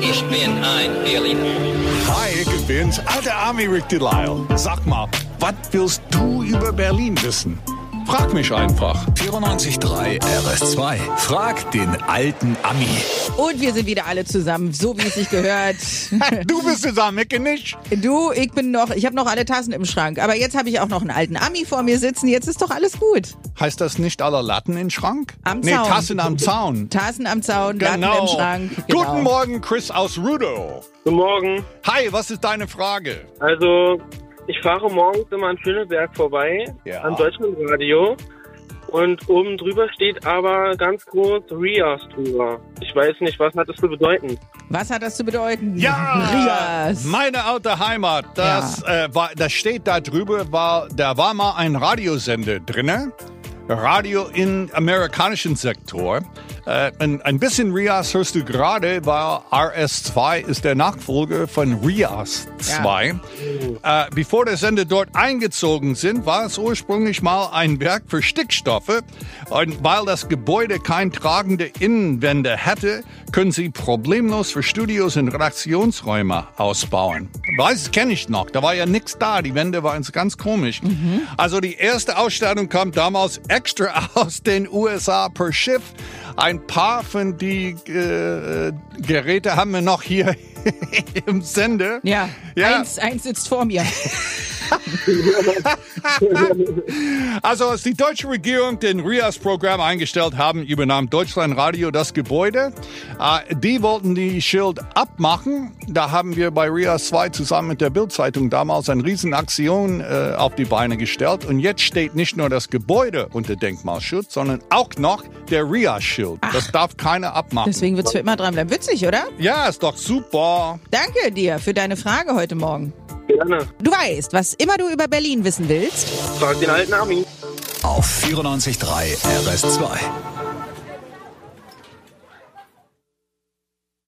Ich bin ein Berliner. Hi, ich bin's, alter Army Rick Delisle. Sag mal, was willst du über Berlin wissen? Frag mich einfach. 94.3 RS2. Frag den alten Ami. Und wir sind wieder alle zusammen, so wie es sich gehört. Du bist zusammen, ich nicht. Du, ich bin noch, ich habe noch alle Tassen im Schrank, aber jetzt habe ich auch noch einen alten Ami vor mir sitzen. Jetzt ist doch alles gut. Heißt das nicht aller Latten in Schrank? Am nee, Zaun. Tassen am Zaun. Tassen am Zaun, Latten im Schrank. Genau. genau. Guten Morgen, Chris aus Rudo. Guten Morgen. Hi, was ist deine Frage? Also, ich fahre morgens immer an Schöneberg vorbei, Ja. am Deutschlandradio. Und oben drüber steht aber ganz groß Rias drüber. Ich weiß nicht, was hat das zu bedeuten? Was hat das zu bedeuten? Ja, Rias. meine alte Heimat. Das, äh, war, das steht da drüber, war, da war mal ein Radiosender drinne. Radio im amerikanischen Sektor. Äh, ein, ein bisschen Rias hörst du gerade, weil RS2 ist der Nachfolger von Rias 2. Äh, bevor der Sender dort eingezogen sind, war es ursprünglich mal ein Werk für Stickstoffe. Und weil das Gebäude kein tragende Innenwände hatte, können sie problemlos für Studios und Redaktionsräume ausbauen. Weiß, kenne ich noch. Da war ja nichts da. Die Wände waren ganz komisch. Also die erste Ausstattung kam damals extra aus den USA per Schiff. Ein paar von die äh, Geräte haben wir noch hier im Sender. Ja, Ja. Eins, eins sitzt vor mir. Also als die deutsche Regierung den RIAS-Programm eingestellt haben, übernahm Deutschlandradio das Gebäude. Äh, die wollten die Schild abmachen. Da haben wir bei RIAS 2 zusammen mit der Bildzeitung damals eine Riesenaktion äh, auf die Beine gestellt. Und jetzt steht nicht nur das Gebäude unter Denkmalschutz, sondern auch noch der RIAS-Schild. Das darf keiner abmachen. Deswegen wird's für immer dranbleiben. Witzig, oder? Ja, ist doch super. Danke dir für deine Frage heute Morgen. Gerne. Du weißt, was immer du über Berlin wissen willst. Frag den alten Ami. Auf 94.3 RS2.